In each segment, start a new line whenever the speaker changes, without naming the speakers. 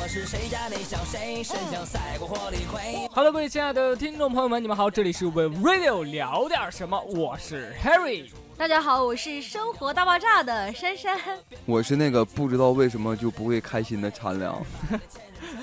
我是谁家那小谁，身强赛过火力亏。
Hello，各位亲爱的听众朋友们，你们好，这里是 We Radio 聊点什么，我是 Harry。
大家好，我是生活大爆炸的珊珊。
我是那个不知道为什么就不会开心的蝉凉。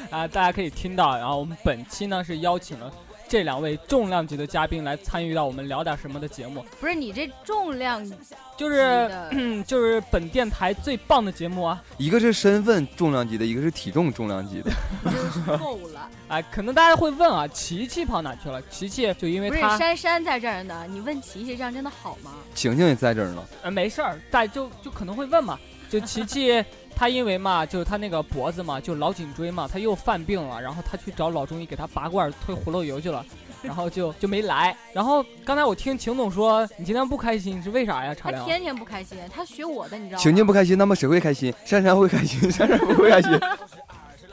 啊，大家可以听到，然后我们本期呢是邀请了这两位重量级的嘉宾来参与到我们聊点什么的节目，
不是你这重量级
就是
的，
嗯就是本电台最棒的节目啊！
一个是身份重量级的，一个是体重重 量级的。
就是够了。
啊，可能大家会问啊，琪琪跑哪去了？琪琪就因为
不是
她
珊珊在这儿呢，你问琪琪这样真的好吗？
晴晴也在这儿呢，
呃，没事儿，大家就就可能会问嘛， 就琪琪她因为嘛，就是她那个脖子嘛，就老颈椎嘛，她又犯病了，然后她去找老中医给她拔罐儿推葫芦油去 了，然后就就没来。然后刚才我听秦总说，你今天不开心是为啥呀，
他
茶凉？
哎天天不开心，他学我的，你知道吗？
晴晴不开心，那么谁会开心？珊珊会开心， 珊珊不会开心。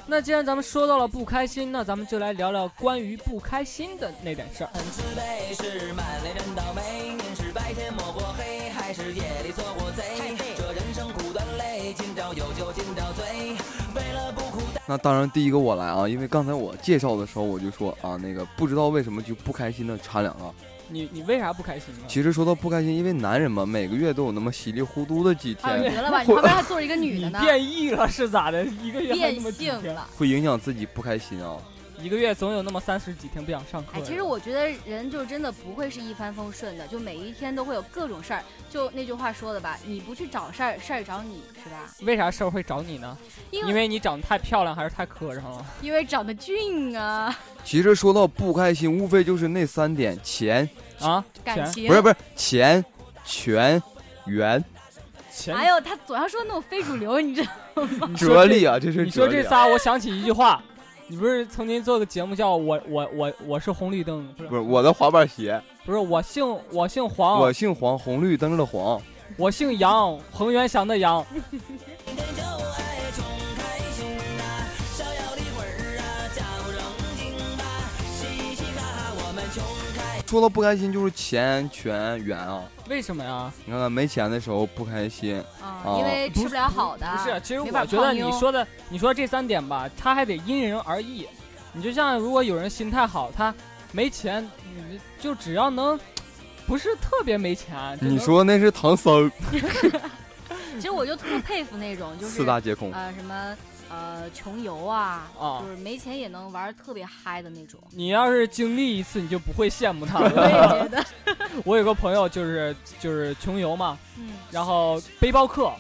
那既然咱们说到了不开心，那咱们就来聊聊关于不开心的那点事儿。
很自卑，是满脸真倒霉。您是白天摸过黑，还是夜里做过贼？这人生苦短累，今朝有酒今朝醉。为了不苦
那当然，第一个我来啊，因为刚才我介绍的时候我就说啊，那个不知道为什么就不开心的蝉凉
嗯
啊。
你你为啥不开心呢？
其实说到不开心，因为男人嘛，每个月都有那么稀里糊涂的几
啊，
哎
天，
得了吧，你旁边还坐着一个女的
你
呢，
变异了是咋的？一个月还那么
变
几
性
天，
了。
会影响自己不开心啊。
一个月总有那么三十几天不想上课
哎，
的。
其实我觉得人就真的不会是一帆风顺的，就每一天都会有各种事儿。就那句话说的吧，你不去找事儿，事儿找你是吧？
为啥事儿会找你呢？
因
因为你长得太漂亮还是太磕碜了？
因为长得俊啊，
其实说到不开心，无非就是那三点：钱，
啊，
感情
不是不是钱，权，缘，
钱
哎呦，他总要说那种非主流，你知道？
你说
哲
这
理啊，这是
你说
哲
这
理啊
仨，我想起一句话，你不是曾经做个节目叫我我我我是红绿灯，不是
不是我的滑板鞋，
不是我姓我姓黄，
我
我
姓黄，红绿灯的黄。
姓杨，恒源祥的杨。
每天就爱穷开心呐、逍遥的魂儿啊，假不正经吧，嘻嘻哈哈我们穷开。
说到不开心就是钱、权、缘啊。
为什么呀？
你看看没钱的时候不开心，
啊，
哦
因为吃不了好的。
不是，啊其实
啊没
我
法
觉得
泡
你
妞
说的你说这三点吧，它还得因人而异。你就像如果有人心态好，他没钱，你就只要能不是特别没钱，就
你
能
说那是唐僧
其实我就特别佩服那种，就是
四大皆空。
呃什么呃穷游啊，
啊
就，是没钱也能玩儿特别嗨的那 种。
你要是经历一次，你就不会羡慕 他
我也
了。
觉得，
我有个朋友就是就是穷游嘛，
嗯，
然后背包客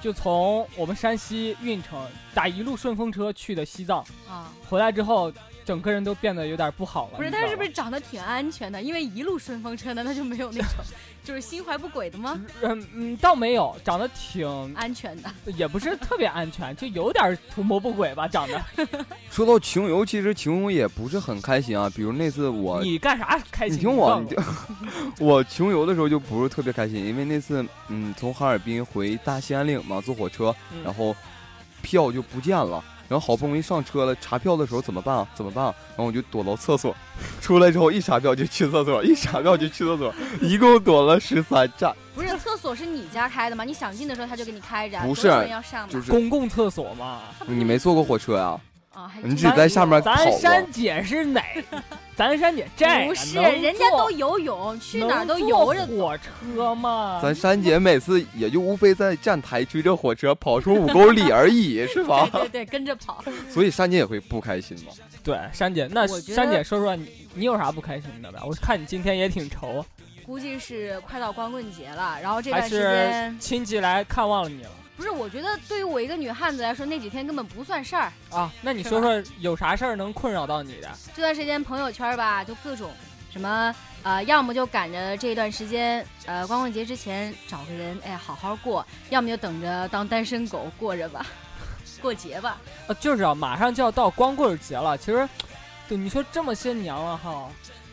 就从我们山西运城打一路顺风车去的西藏，
啊，
回来之后整个人都变得有点不好了。
不是，
你知道
他
吗
是不是？长得挺安全的？因为一路顺风车，难道就没有那种就是心怀不轨的吗？
嗯嗯，倒没有，长得挺
安全的，
也不是特别安全，就有点图谋不轨吧，长得。
说到穷游，其实穷游也不是很开心啊。比如那次 我，
你干啥开
你
心？
听我，
告
你
诉
听 我穷游的时候就不是特别开心，因为那次嗯从哈尔滨回大兴安岭嘛，坐火车，
嗯
然后票就不见了。然后好不容易上车了，查票的时候怎么办、啊？怎么办、啊？然后我就躲到厕所， 出来之后一查票就去厕所，一查票就去厕所，一共躲了十三站。
不是厕所是你家开的吗？你想进的时候他就给你开着，
不
总
是
有人要上吧？
就是
公共厕所嘛，
他不
你没坐过火车呀、
啊，还
你只
真
在下面
咱
跑啊
山姐是 哪？咱山姐这
不是，人家都游泳，去哪儿都游着
火车
啊
嘛。
咱珊姐每次也就无非在站台追着火车跑出五公里而已，是吧
对？对对，跟着跑。
所以珊姐也会不开心嘛。
对，珊姐，那
我觉得
珊姐说说你，你有啥不开心的呗？我看你今天也挺愁，
估计是快到光棍节了，然后这段
还
时
是
间
亲戚来看望了你了
不是，我觉得对于我一个女汉子来说，那几天根本不算事儿。
啊？那你说说有啥事儿能困扰到你的？
这段时间朋友圈吧，就各种什么呃，要么就赶着这段时间呃光棍节之前找个人哎好好过，要么就等着当单身狗过着吧， 过节吧。
呃，就是啊，马上就要到光棍节了，其实，对你说这么些年了哈，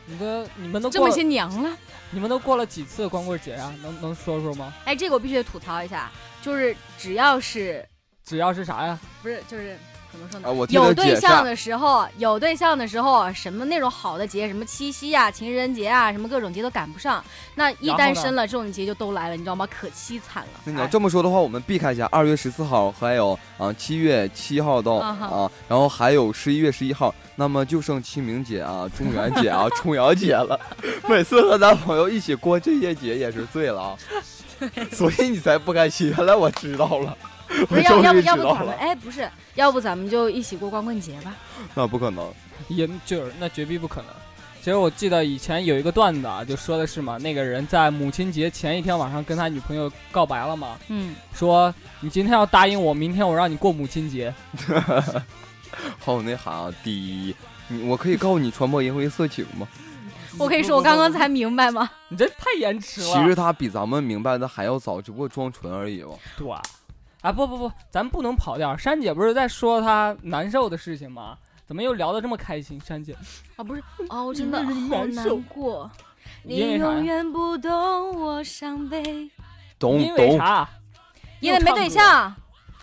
你的你们都
这
过
么些娘了，
你们都过了几次光棍节啊？能能说说吗？
哎，这个我必须得吐槽一下，就是只要是
只要是啥呀？
不是就是怎么说呢？
啊，我替他
有对
解
象
释。
的时候，有对象的时候，什么那种好的节，什么七夕啊、情人节啊，什么各种节都赶不上。那一
然后
单
呢
身了，这种节就都来了，你知道吗？可凄惨了。
那你要
哎
这么说的话，我们避开一下二月十四号，还有啊七月七号到
啊哈
啊，然后还有十一月十一号，那么就剩清明节啊、中元节啊、 重阳节了。每次和男朋友一起过这些节也是醉了啊，所以你才不开心。原来我知道了，
不
我
是要
终
要不
于
要
知
不
道
咱们
了。
哎不是，要不咱们就一起过光棍节吧？
那不可能，
也就是那绝逼不可能。其实我记得以前有一个段子啊，就说的是嘛，那个人在母亲节前一天晚上跟他女朋友告白了嘛，
嗯，
说你今天要答应我，明天我让你过母亲节。
好有内涵啊！第一，你我可以告你传播淫秽色情吗？
我可以说我刚刚才明白 吗？
你这太延迟了。
其实他比咱们明白的还要早，只不过装纯而已哦嘛。
对，啊不不不，咱不能跑调。珊姐不是在说她难受的事情吗？怎么又聊得这么开心？珊姐，
啊不是，哦真的
你为什么
好
难受
难过。
因
你
为啥呀
永远不懂我伤悲，
懂
因为
懂，
啥？
因为没对象。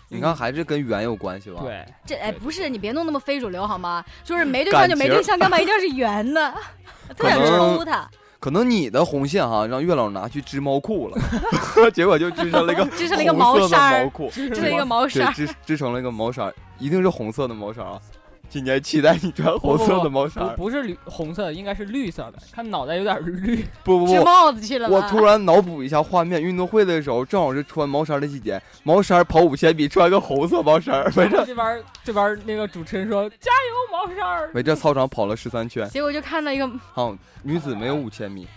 你看还是跟缘有关系吧？，
对，
这哎
对
不是，你别弄那么非主流好吗？就是没对
嗯感
象就没对
情
象，干嘛一定要是圆的？ 特
可
想
能
抽他，
可能你的红线哈、让月老拿去织毛裤了， 结果就织成了一个
织成了一个
红
毛
色的
衫儿
毛裤，
这
这
是一个毛
对
衫，儿。
织织成了一个毛衫儿，一定是红色的毛衫儿啊！今年期待你穿红色的毛衫
不
儿。
不是绿红色的，应该是绿色的。他脑袋有点绿，
不不
织
不，
帽子去了吧？
我突然脑补一下画面，运动会的时候正好是穿毛衫儿的季节，毛衫儿跑五千米穿个红色 毛衫儿，围着
这边这边那个主持人说加油毛衫儿。
围着操场跑了十三圈。
结果就看到一个
好，女子没有五千米，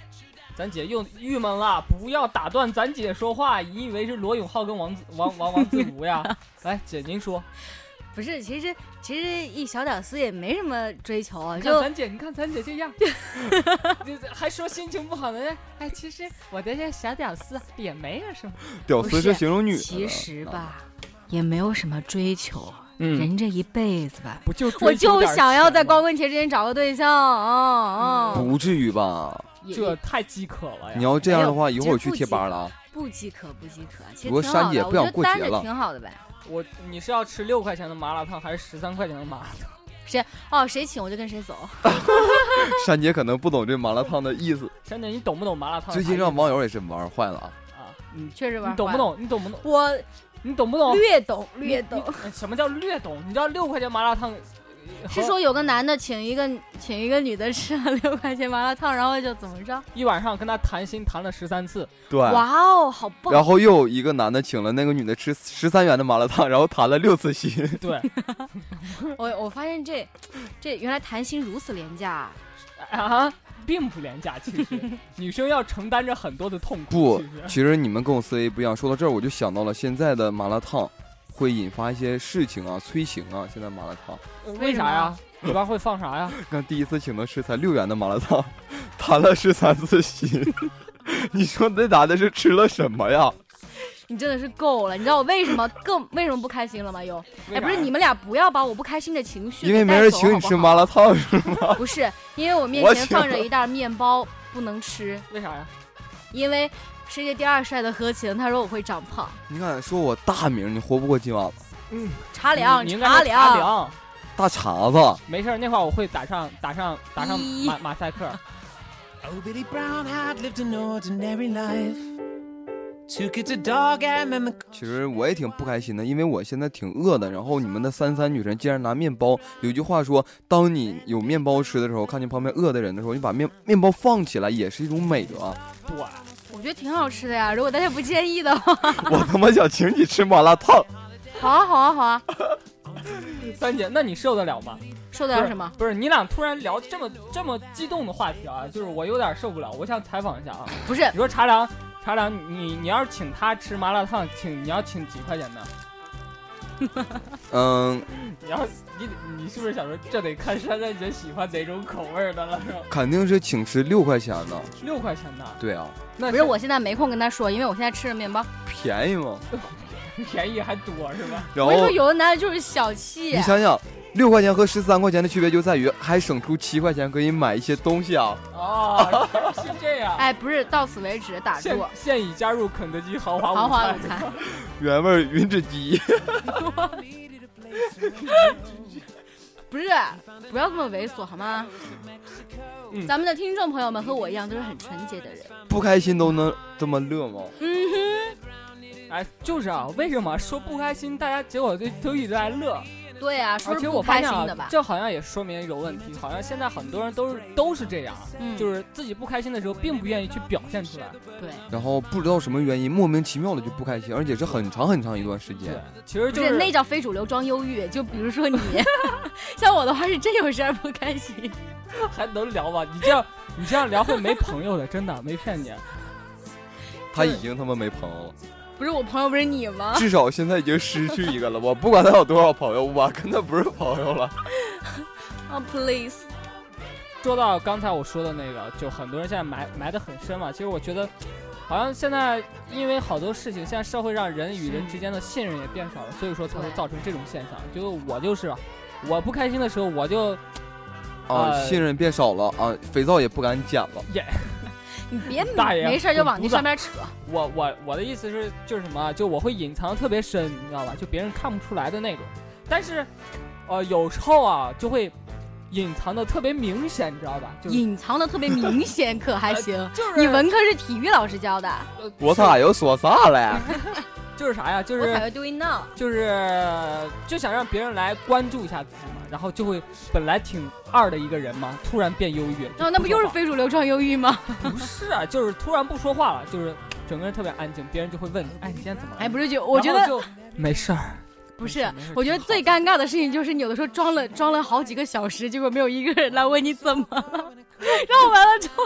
咱姐又郁闷了，不要打断咱姐说话。你以为是罗永浩跟王子王王王自如呀？来，姐您说，
不是，其实其实一小屌丝也没什么追求啊，
你看
就
咱姐，你看咱姐这 样，就还说心情不好的人。哎，其实我的这小屌丝也没有什么。
屌
不
丝
是
是形容女的。啊
其实，吧，也没有什么追求，
嗯，
人这一辈子吧，
不就
我
追求
就
点
想要
钱
在
吗
光棍节之前找个对象啊啊！
嗯不至于吧？
也
这太饥渴
哎
了呀！
你要这样的话，
没有
一会儿我
其实
去
不
贴吧了啊。
不饥渴不饥渴，啊其实
如果
挺好
珊姐
的，
不
我
想
觉得
过
单
节
着
了
挺好的呗。
我你是要吃六块钱的麻辣烫还是十三块钱的麻辣烫？
哦，谁请我就跟谁走。
珊姐可能不懂这麻辣烫的意思，
珊姐，你懂不懂麻辣烫？
最近让网友也是玩坏了啊！
啊，你
嗯确实玩
你懂不
坏了？
懂？你懂不懂？
我
你懂不懂？
略懂
你
略懂，。
你什么叫略懂？你知道六块钱麻辣 烫呃
是
和
说有个男的请一个请一个女的吃了六块钱麻辣烫，然后就怎么着？
一晚上跟他谈心谈了十三次，
对，
哇哦，好棒！
然后又有一个男的请了那个女的吃十三元的麻辣烫，然后谈了六次心。
对，
我我发现这这原来谈心如此廉价，
啊，并不廉价。其 实女生要承担着很多的痛苦。
不
其实，
其实你们跟我思维不一样。说到这儿，我就想到了现在的麻辣烫会引发一些事情啊、催情啊。现在麻辣烫，
呃
嗯为
为啥呀？里边会放啥呀？
看第一次请的是才六元的麻辣烫， 谈了十三次心。 你说那男的是吃了什么呀？
你真的是够了。你知道我为什么更为什么不开心了吗？又
为
哎，
啥
不是
呀
你们俩不要把我不开心的情绪
因为
给带
没人
走
请你
好不
吃
好
麻辣烫，
不是因为我面
我
前
请
放着一袋面包不能吃，
为啥呀？
因为世界第二帅的何晴他说我会长胖，
你敢说我大名，你活不过今晚吧
嗯，
茶凉
你应该说
凉
茶凉。
大碴子，
没事儿，那会儿我会打上打上打上马马赛克。
Oh, Billy Brown had lived an ordinary life. Two kids, a dog, and a
嗯
其实我也挺不开心的，因为我现在挺饿的。然后你们的三三女神竟然拿面包，有句话说，当你有面包吃的时候，看见旁边饿的人的时候，你把面面包放起来，也是一种美 德啊。
对，
我觉得挺好吃的呀，如果大家不介意的话，
我他妈想请你吃麻辣烫，
好啊好啊好啊，
三姐，那你受得了吗？
说点什么？
不是，你俩突然聊这么这么激动的话题啊，就是我有点受不了，我想采访一下 啊。
不是
你说茶凉，茶凉，你你要是请他吃麻辣烫，请你要请几块钱的？
嗯，
你要你你是不是想说这得看珊珊姐喜欢哪种口味的了？是吧
肯定是请吃六块钱的。
六块钱的，
对啊，
那
不是，我现在没空跟他说，因为我现在吃着面包。
便宜嘛。
便宜还多是 吧？
然
我
后
跟你说，有的男的哦就是小气
你，想想，六块钱和十三块钱的区别就在于还省出七块钱可以买一些东西啊。
哦，是这样。
哎，不是，到此为止，打
现
住。
现已加入肯德基豪华
豪华
午
午餐，
原味儿吮指鸡，
不是，不要这么猥琐好吗？
嗯
咱们的听众朋友们和我一样都是很纯洁的人。
不开心都能这么乐吗？
嗯
哎，就是啊，为什么说不开心，大家结果都都一直在乐？
哼，对啊，
而
说
且
是
我
不
发
开
现
心
啊
的吧？
这好像也说明一种问题，好像现在很多人都是都是这样啊，
嗯，
就是自己不开心的时候，并不愿意去表现出来。
对，
然后不知道什么原因，莫名其妙的就不开心，而且是很长很长一段时间
对。，其实
不
就是
那叫非主流装忧郁。就比如说 你，像我的话是真有事儿不开心。
还能聊吧？你这样，你这样聊会没朋友的，真的没骗你。
他已经他妈没朋友了，
不是我朋友，不是你 吗？
至少现在已经失去一个了。我不管他有多少朋友，我跟他不是朋友 了。
啊、p l e a s e
说到刚才我说的那个，就很多人现在埋埋得很深嘛。其实我觉得，好像现在因为好多事情，现在社会上人与人之间的信任也变少了，所以说才会
对
造成这种现象。就是我就是，啊我不开心的时候，我就
哎
啊，
呃
信任变少了啊，肥皂也不敢捡了。
你别
大爷
没事儿就往
我
那
犊子
上面扯。
我我我的意思是就是什么啊，就我会隐藏得特别深，你知道吧？就别人看不出来的那种。但是，呃，有时候啊就会隐藏的特别明显，你知道吧？就是
隐藏的特别明显，可还行？
就是
你文科是体育老师教的
呃
我咋又说啥了？
就是啥呀？就
我
是
才会 do it now。
就是就想让别人来关注一下自己嘛，然后就会本来挺二的一个人嘛，突然变忧郁。
哦那、那不又是非主流装忧郁吗？
不是啊？就是突然不说话了，就是整个人特别安静，别人就会问你，哎，你今天怎么了？
哎，不是就我觉
然
得
后就没事儿，
不是
没事，
我觉得
挺好
最尴尬的事情就是你有的时候装了装了好几个小时，结果没有一个人来问你怎么了， 然后完了之后，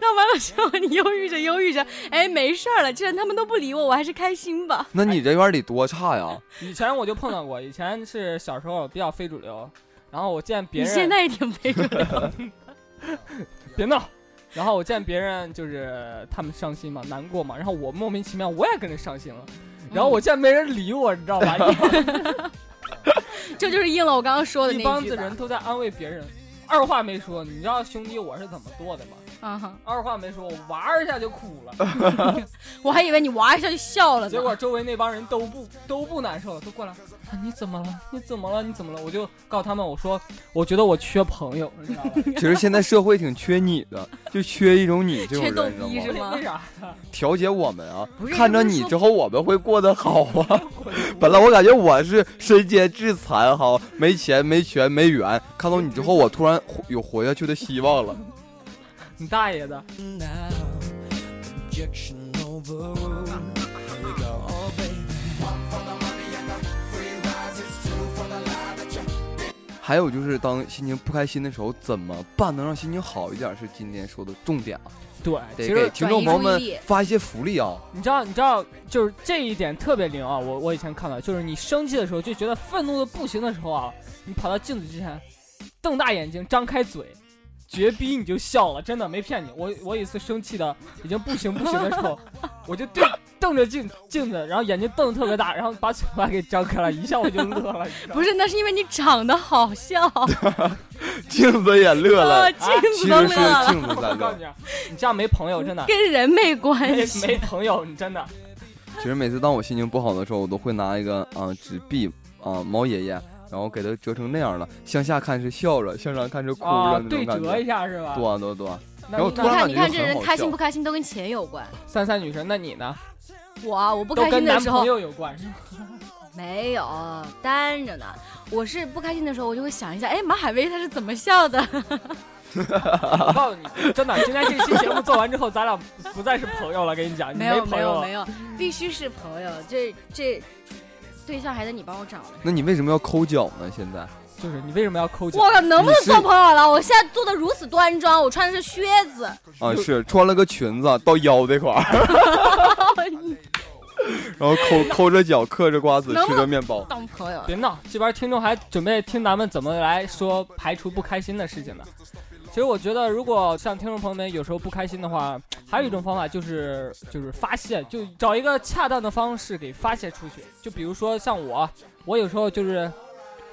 然后完了之后你忧郁着忧郁着，哎，没事儿了，既然他们都不理我，我还是开心吧。
那你人缘得多差呀？
以前我就碰到过，以前是小时候比较非主流，然后我见别
你
人
现在也挺非主流，
别闹，然后我见别人就是他们伤心嘛，难过嘛，然后我莫名其妙我也跟着伤心了， 然后
嗯
我见没人理我，你知道吧？
这就是应了我刚刚说的
一
那
帮
句
子
吧
人都在安慰别人，二话没说，你知道兄弟我是怎么做的吗？
嗯哼，
二话没说，我哇一下就哭 了，
我还以为你哇一下就笑了呢。
结果周围那帮人都不都不难受了，都过来、啊，你怎么了？你怎么了？你怎么了？我就告诉他们，我说我觉得我缺朋友，你知道吧？
其实现在社会挺缺你的，就缺一种你这 种
缺逗
人，你
逼
知
是
道吗？
吗
为啥？
调节我们啊
不，是
看着
这不是
你
说
之后我们会过得好啊。本来我感觉我是身兼志残哈，没钱没权没缘，看到你之后我突然活有活下去的希望了。
你大爷的！
Now, objection overruled. Here we go. Oh, baby.
还有就是当心情不开心的时候，怎么办能让心情好一点？是今天说的重点啊，
对，其
得
实
给听众朋友
转
们
移注意力
发一些福利啊。
你知道，你知道，就是这一点特别灵啊！我我以前看到，就是你生气的时候，就觉得愤怒的不行的时候啊，你跑到镜子之前，瞪大眼睛，张开嘴，绝逼你就笑了，真的没骗你。我我有一次生气的已经不行不行的时候，我就对瞪着镜镜子，然后眼睛瞪得特别大，然后把嘴巴给张开了，一下我就乐了，你知道吗
不是，那是因为你长得好笑，
镜子也乐
啊，
了，
镜
其
子都
实是
乐了，
镜子在
我告诉
乐。
你啊，你这样没朋友，真 的
跟人没
没
关系。
没朋友，你真的。
其实每次当我心情不好的时候，我都会拿一个啊、纸币啊、猫爷爷，然后给它折成那样了，向下看是笑着，向上看是哭
啊
着，那
对
种感
折一
觉。
下是吧？
对啊对啊对啊，
那
然后
你
突
你
然
那
看，
感
你
觉
看
就
这
很
人
好
开心
笑
不开心都跟钱有关。
三三女神，那你呢？
我啊我不
都
开
跟
心
男
的时
朋
候
友有关是吗？
没有单着呢，我是不开心的时候，我就会想一下，哎，马海威他是怎么 笑的？
我告诉你，真的，今天这期节目做完之后，咱俩不再是朋友了。跟你讲，你
没有
朋
没
友啊
有
了
没有，必须是朋友。这这对象还得你帮我找呢。
那你为什么要抠脚呢？现在
就是你为什么要抠脚？
我靠，能不能
你是
做朋友了？我现在做的如此端庄，我穿的是靴子。
啊，是穿了个裙子到腰 这块儿， 然后抠抠着脚，嗑着瓜子，
能
吃着面包。
当朋友，
别闹，这边听众还准备听咱们怎么来说排除不开心的事情呢。其实我觉得，如果像听众朋友们有时候不开心的话，还有一种方法就是就是发泄，就找一个恰当的方式给发泄出去。就比如说像我，我有时候就是，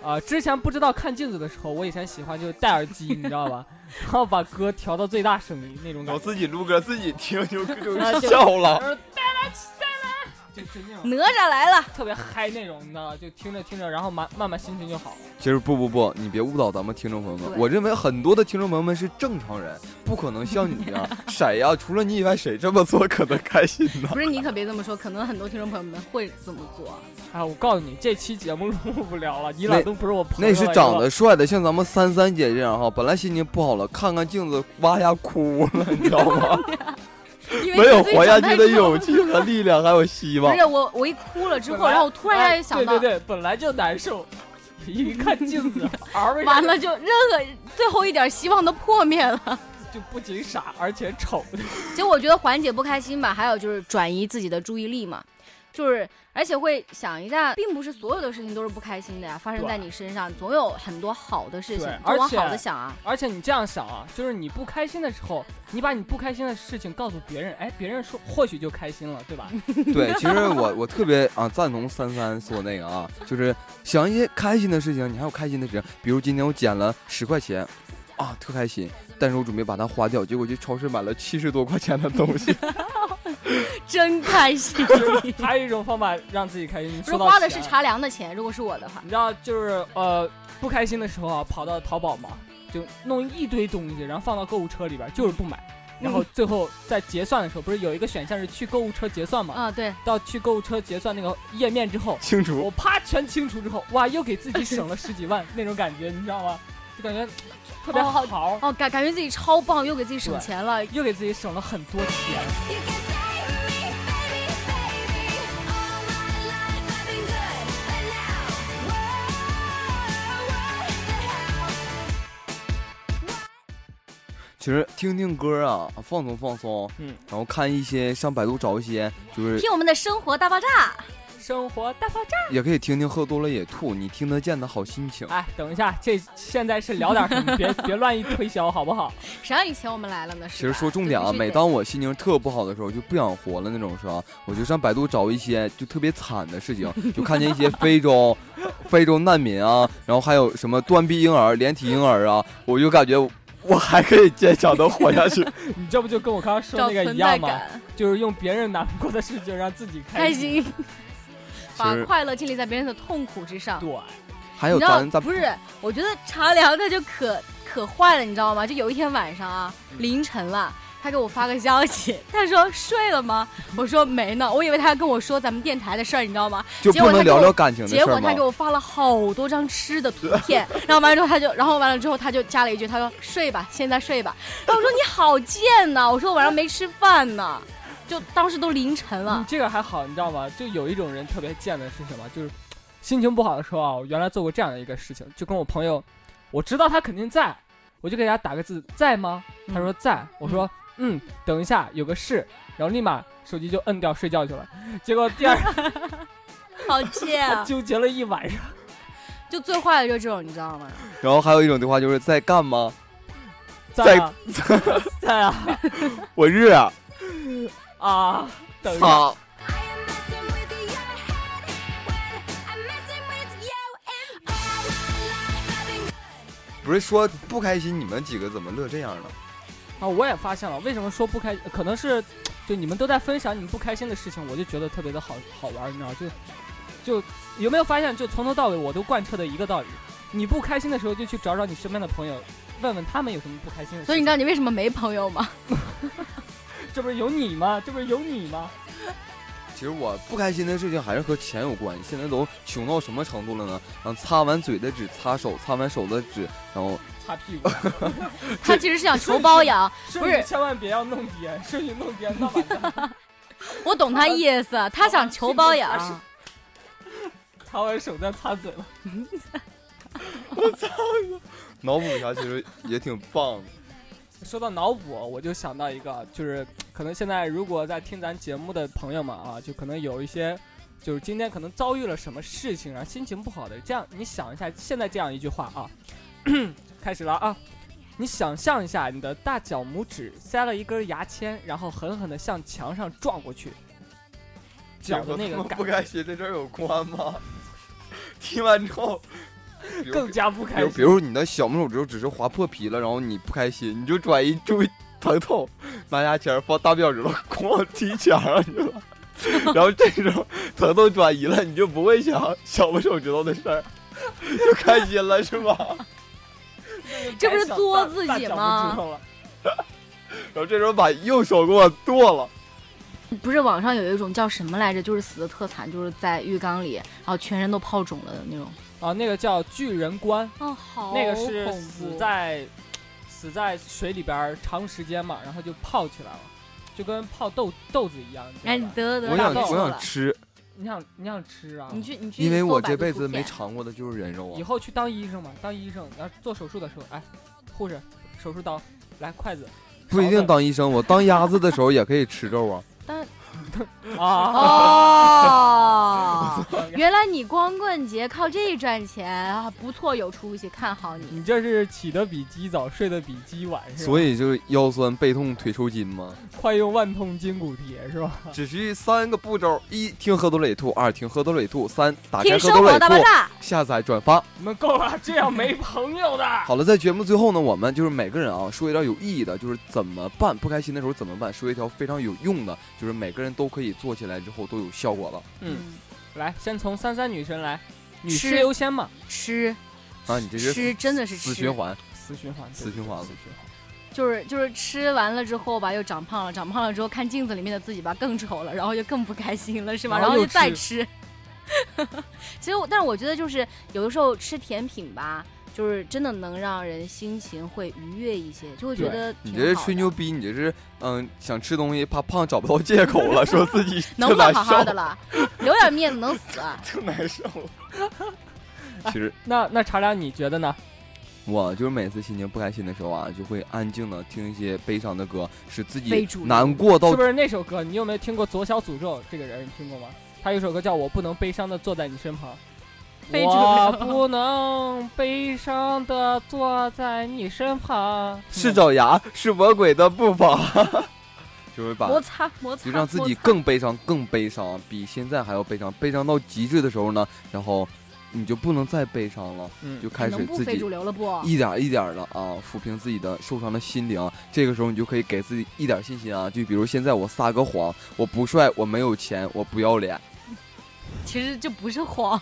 呃，之前不知道看镜子的时候，我以前喜欢就是戴耳机，你知道吧？然后把歌调到最大声音那种感觉
然后。自己录歌自己听就就
啊就
笑了，
呃，带来带来，就就那种
哪吒来了，
特别嗨那种，你知道吧？就听着听着，然后慢慢慢心情就好了。
其实不不不，你别误导咱们听众朋友们。
对
我认为很多的听众朋友们是正常人，不可能像你 一样，谁呀、除了你以外，谁这么做可能开心 呢？
不是你可别这么说，可能很多听众朋友们会这么做。
哎，我告诉你，这期节目录不了了，你俩
那
都不是我朋友
那
了。
是
知道
长
吧
得帅的，像咱们三三姐这样哈，本来心情不好了，看看镜子，哇呀哭了，你知 道吗？
因为
没有
你自己
活下
长
去
大
的
之后
勇气和力量，还有希
不
望
是。我，我一哭了之
本
后，
来
然后我突然
哎
间想到，
对对对，本来就难受，一看镜 子，嗷一下
完了就任何最后一点希望都破灭了。
就不仅傻，而且丑。
其实我觉得缓解不开心吧，还有就是转移自己的注意力嘛，就是而且会想一下，并不是所有的事情都是不开心的呀，发生在你身上总有很多好的事情
对，
总往
而且
好的 想啊。
而且你这样想啊，就是你不开心的时候，你把你不开心的事情告诉别人，哎，别人说或许就开心了，对 吧？
对，其实我我特别啊赞同三三说那个啊，就是想一些开心的事情，你还有开心的事情，比如今天我捡了十块钱，啊特开心，但是我准备把它花掉，结果去超市买了七十多块钱的东西，
真开心。
还有一种方法让自己开心，你
不是
说到
花的是
钱啊
茶凉的钱，如果是我的话，
你知道，就是呃，不开心的时候啊，跑到淘宝嘛，就弄一堆东西，然后放到购物车里边，就是不买。然后最后在结算的时候，不是有一个选项是去购物车结算嘛？
啊，对，
到去购物车结算那个页面之后，
清楚。
我啪全清除之后，哇，又给自己省了十几万那种感觉，你知道吗？就感觉特别
哦
好，
哦，感感觉自己超棒，又给自己省
对
钱了，
又给自己省了很多钱。
其实听听歌啊，放松放松，
嗯，
然后看一些上百度找一些，就是
听我们的生活大爆炸。
生活大爆炸。
也可以听听喝多了也吐，你听得见的好心情。
哎，等一下，这现在是聊点什么？别别乱一推销，好不好？
谁让以前我们来了呢？
其
是
实
吧
说重点啊，
就必须得
每当我心情特不好的时候，就不想活了那种时候，啊我就上百度找一些就特别惨的事情，就看见一 些非洲、非洲难民啊，然后还有什么断臂婴儿、连体婴儿啊，我就感觉我还可以坚强的活 下去。
你这不就跟我刚刚说
找
那个
存
一
在
样吗？
感，
就是用别人难过的事情让自己开
开
心。
心，把
实
快乐建立在别人的痛苦之上。
对，
还
你
有
知道
咱咱
不是？我觉得茶凉他就可可坏了，你知道吗？就有一天晚上啊，
嗯
凌晨了。他给我发个消息， 他说睡了吗？我说没呢，我以为他要跟我说咱们电台的事儿，你知道吗？
就
结果
不能
他给我
聊聊感情的
结
事
果
儿
他
吗
给？我发了好多张吃的图片， 然后完了之后他就，然后完了之后他就加了一句，他说睡吧，现在睡吧。然后我说你好贱呐、我说我晚上没吃饭呢，就当时都凌晨
你
了。
嗯这个还好，你知道吗？就有一种人特别贱的是什么？就是心情不好的时候啊，我原来做过这样的一个事情，就跟我朋友，我知道他肯定在，我就给他打个字，在吗？他说在，我说嗯，等一下有个事，然后立马手机就摁掉睡觉去了。结果第二 天
好贱、啊，
纠结了一晚 上，
就最坏的就是这种，你知道吗？
然后还有一种对话就是在干吗？
在啊在啊
我日 啊！
啊，等一下，
操！不是说不开心，你们几个怎么乐这样呢？
啊，我也发现了，为什么说不开？可能是就你们都在分享你们不开心的事情，我就觉得特别的好好玩儿，你知道就就有没有发现？就从头到尾我都贯彻的一个道理：你不开心的时候就去找找你身边的朋友，问问他们有什么不开心的事情。
所以你知道你为什么没朋 友吗？
这不是有你吗？这不是有你吗？
其实我不开心的事情还是和钱有关系。现在都穷到什么程度了呢？嗯，擦完嘴的纸擦手，擦完手的纸，然后
擦屁 股，
他其实是想求包养，
剩
不
余
是
千万别要弄颠，剩余弄颠那完蛋。
我懂他意思，他想求包
好吧
养。
擦完手再擦嘴了。
脑补一下，其实也挺棒的。
说到脑补，我就想到一个，啊就是可能现在如果在听咱节目的朋友们啊，就可能有一些，就是今天可能遭遇了什么事情，然后心情不好的，这样你想一下，现在这样一句话啊， 开始了啊，你想象一下，你的大脚拇指塞了一根牙签，然后狠狠的向墙上撞过去，脚的那个感
不开心的事儿有关吗？ 听完之后，比如
更加不
比
开
如
心。
比如你的小拇手指头只是划破皮了，然后你不开心，你就转移注意疼痛，拿牙签儿放大拇指头，哐踢墙上去了。然后这时候疼痛转移了，你就不会想想我手指头的事儿， 就开心了是吧？
这不是作自己吗？
然后这时候把右手给我剁了，
不是网上有一种叫什么来着，就是死的特惨，就是在浴缸里，然后全身都泡肿了的那种。
啊，那个叫巨人观，
哦，好
那个是死
恐怖
在死在水里边儿长时间嘛，然后就泡起来了，就跟泡豆豆子一样。你知道
哎，你
吧
得得，
我想
大
够
我
豆
想
了
吃，
你想你想吃啊？
你去你去，
因为我这辈子没。尝过的就是人肉
以
啊。
后去当医生嘛，当医生，然后做手术的时候，哎，护士，手术刀，来筷 子
不一
勺
定
子
当医生，我当鸭子的时候也可以吃肉啊。
啊！
哦，原来你光棍节靠这赚钱啊，不错，有出息，看好你。
嗯
你这是起得比鸡早，睡得比鸡晚，是吧？
所以就是腰酸背痛腿抽筋嘛，
快用万通筋骨贴，是吧？
只需三个步骤：一听喝多了也吐，二听喝多了也吐，三打开
听
喝
生
多了
活
也
大爆
吐，
炸，
下载转发。
你们够了，这样没朋友的。
好了，在节目最后呢，我们就是每个人啊，说一点有意义的，就是怎么办，不开心的时候怎么办，说一条非常有用的，就是每个人都可以做起来之后都有效果了。
嗯，来，先从三三女神来，女
吃
士优先嘛，
吃
啊，你这是
吃真的是
死
吃，
循环，
死循环，对
死循环了
死循环。
就是就是吃完了之后吧，又长胖了，长胖了之后看镜子里面的自己吧，更丑了，然后就更不开心了，是吗？
然
然
后
后就
又
再吃。 其实我，但是我觉得就是有的时候吃甜品吧，就是真的能让人心情会愉悦一些，就会觉
对
得
你
挺
这是
好
吹
的
牛，逼，你这是嗯想吃东西怕胖找不到借口 了，说自己
能
特
不能
难
好好
受
的，了？ 留点面子能死？啊
特难受。 其实
那那茶凉你觉得呢？
我就是每次心情不开心的时候啊，就会安静的听一些悲伤的歌，使自
非
己
主流
难过到
是不是那首歌？你有没有听过左小诅咒这个人？你听过吗？他有一首歌叫《我不能悲伤的坐在你身 旁》，
非主流
我不能悲伤的坐在你身旁，
是爪牙，是魔鬼的步伐， 就会把
摩擦摩擦，
就让自己
摩擦
更悲伤，更悲伤，比现在还要悲伤，悲伤到极致的时候呢，然后你就不能再悲伤了，
嗯，
就开
能
始
不
自
非
己
主流了不？
一点儿一点的啊，抚平自己的受伤的心灵。这个时候你就可以给自己一点信心啊，就比如现在我撒个谎，我不帅，我没有钱，我不要脸，
其实就不是 谎，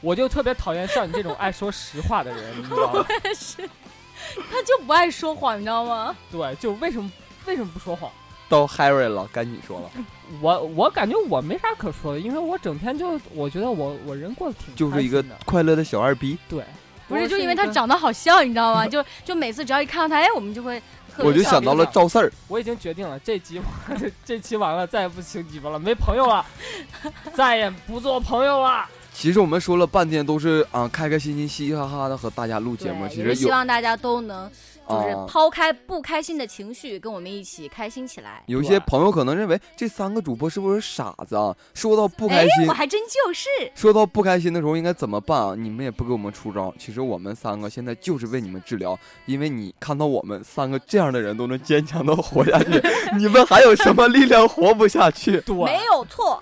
我就特别讨厌像你这种爱说实话的人，你知道吗？
是他就不爱说谎，你知道吗？
对，就为什么为什么不说谎？
到 Harry 了，该你说了，
我我感觉我没啥可说的，因为我整天就我觉得我我人过得挺
就是一个
开心的
快乐的小二逼。
对，
不是，
我
就因
一
为他
个
长得好笑，你知道吗？就就每次只要一看到他，哎，我们就会特别
我就
笑
想到了赵四儿，
我已经决定了，这集完 这期完了，再也不请你们了，没朋友了，再也不做朋友了。
其实我们说了半天都是啊，开开心心、嘻嘻哈哈的和大家录节目，
对
其
也是
实
希
有
望大家都能就是
啊。
抛开不开心的情绪，跟我们一起开心起来。
有
对
些朋友可能认为这三个主播是不是傻子啊？说到不
哎
开心，
我还真就是
说到不开心的时候应该怎么办啊？你们也不给我们出招。其实我们三个现在就是为你们治疗，因为你看到我们三个这样的人都能坚强的活下 去，你们还有什么力量活不下去？
对，
没有错。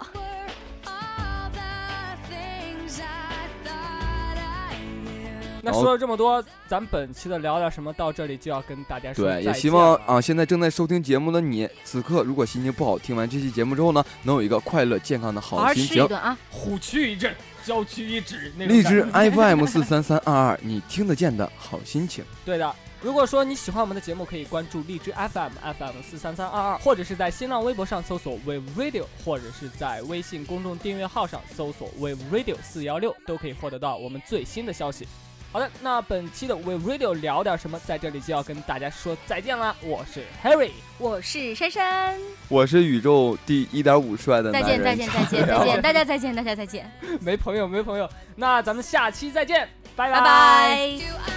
all the things I thought I knew.
那说了这么多，咱本期的聊点什么到这里就要跟大家说
对，也
再见
希望
了
啊，现在正在收听节目的你，此刻如果心情不好，听完这期节目之后呢，能有一个快乐健康的
好
好
好
心
吃一
情。
顿啊！
虎躯一震，娇躯一指。那种
荔
感
枝
觉
FM 四三三二二，你听得见的好心情。
对的。如果说你喜欢我们的节目，可以关注荔枝 FM FM 四三三二二，或者是在新浪微博上搜索 We Radio，或者是在微信公众订阅号上搜索 We Radio 四幺六，都可以获得到我们最新的消息。好的，那本期的 We Radio 聊点什么，在这里就要跟大家说再见啦！我是 Harry，
我是珊珊，
我是宇宙第一点五帅的
再
男
见
人。
再见再 见再见，大家再见大家再见，
没朋友没朋友，那咱们下期再见，拜
拜
拜
拜。
Do I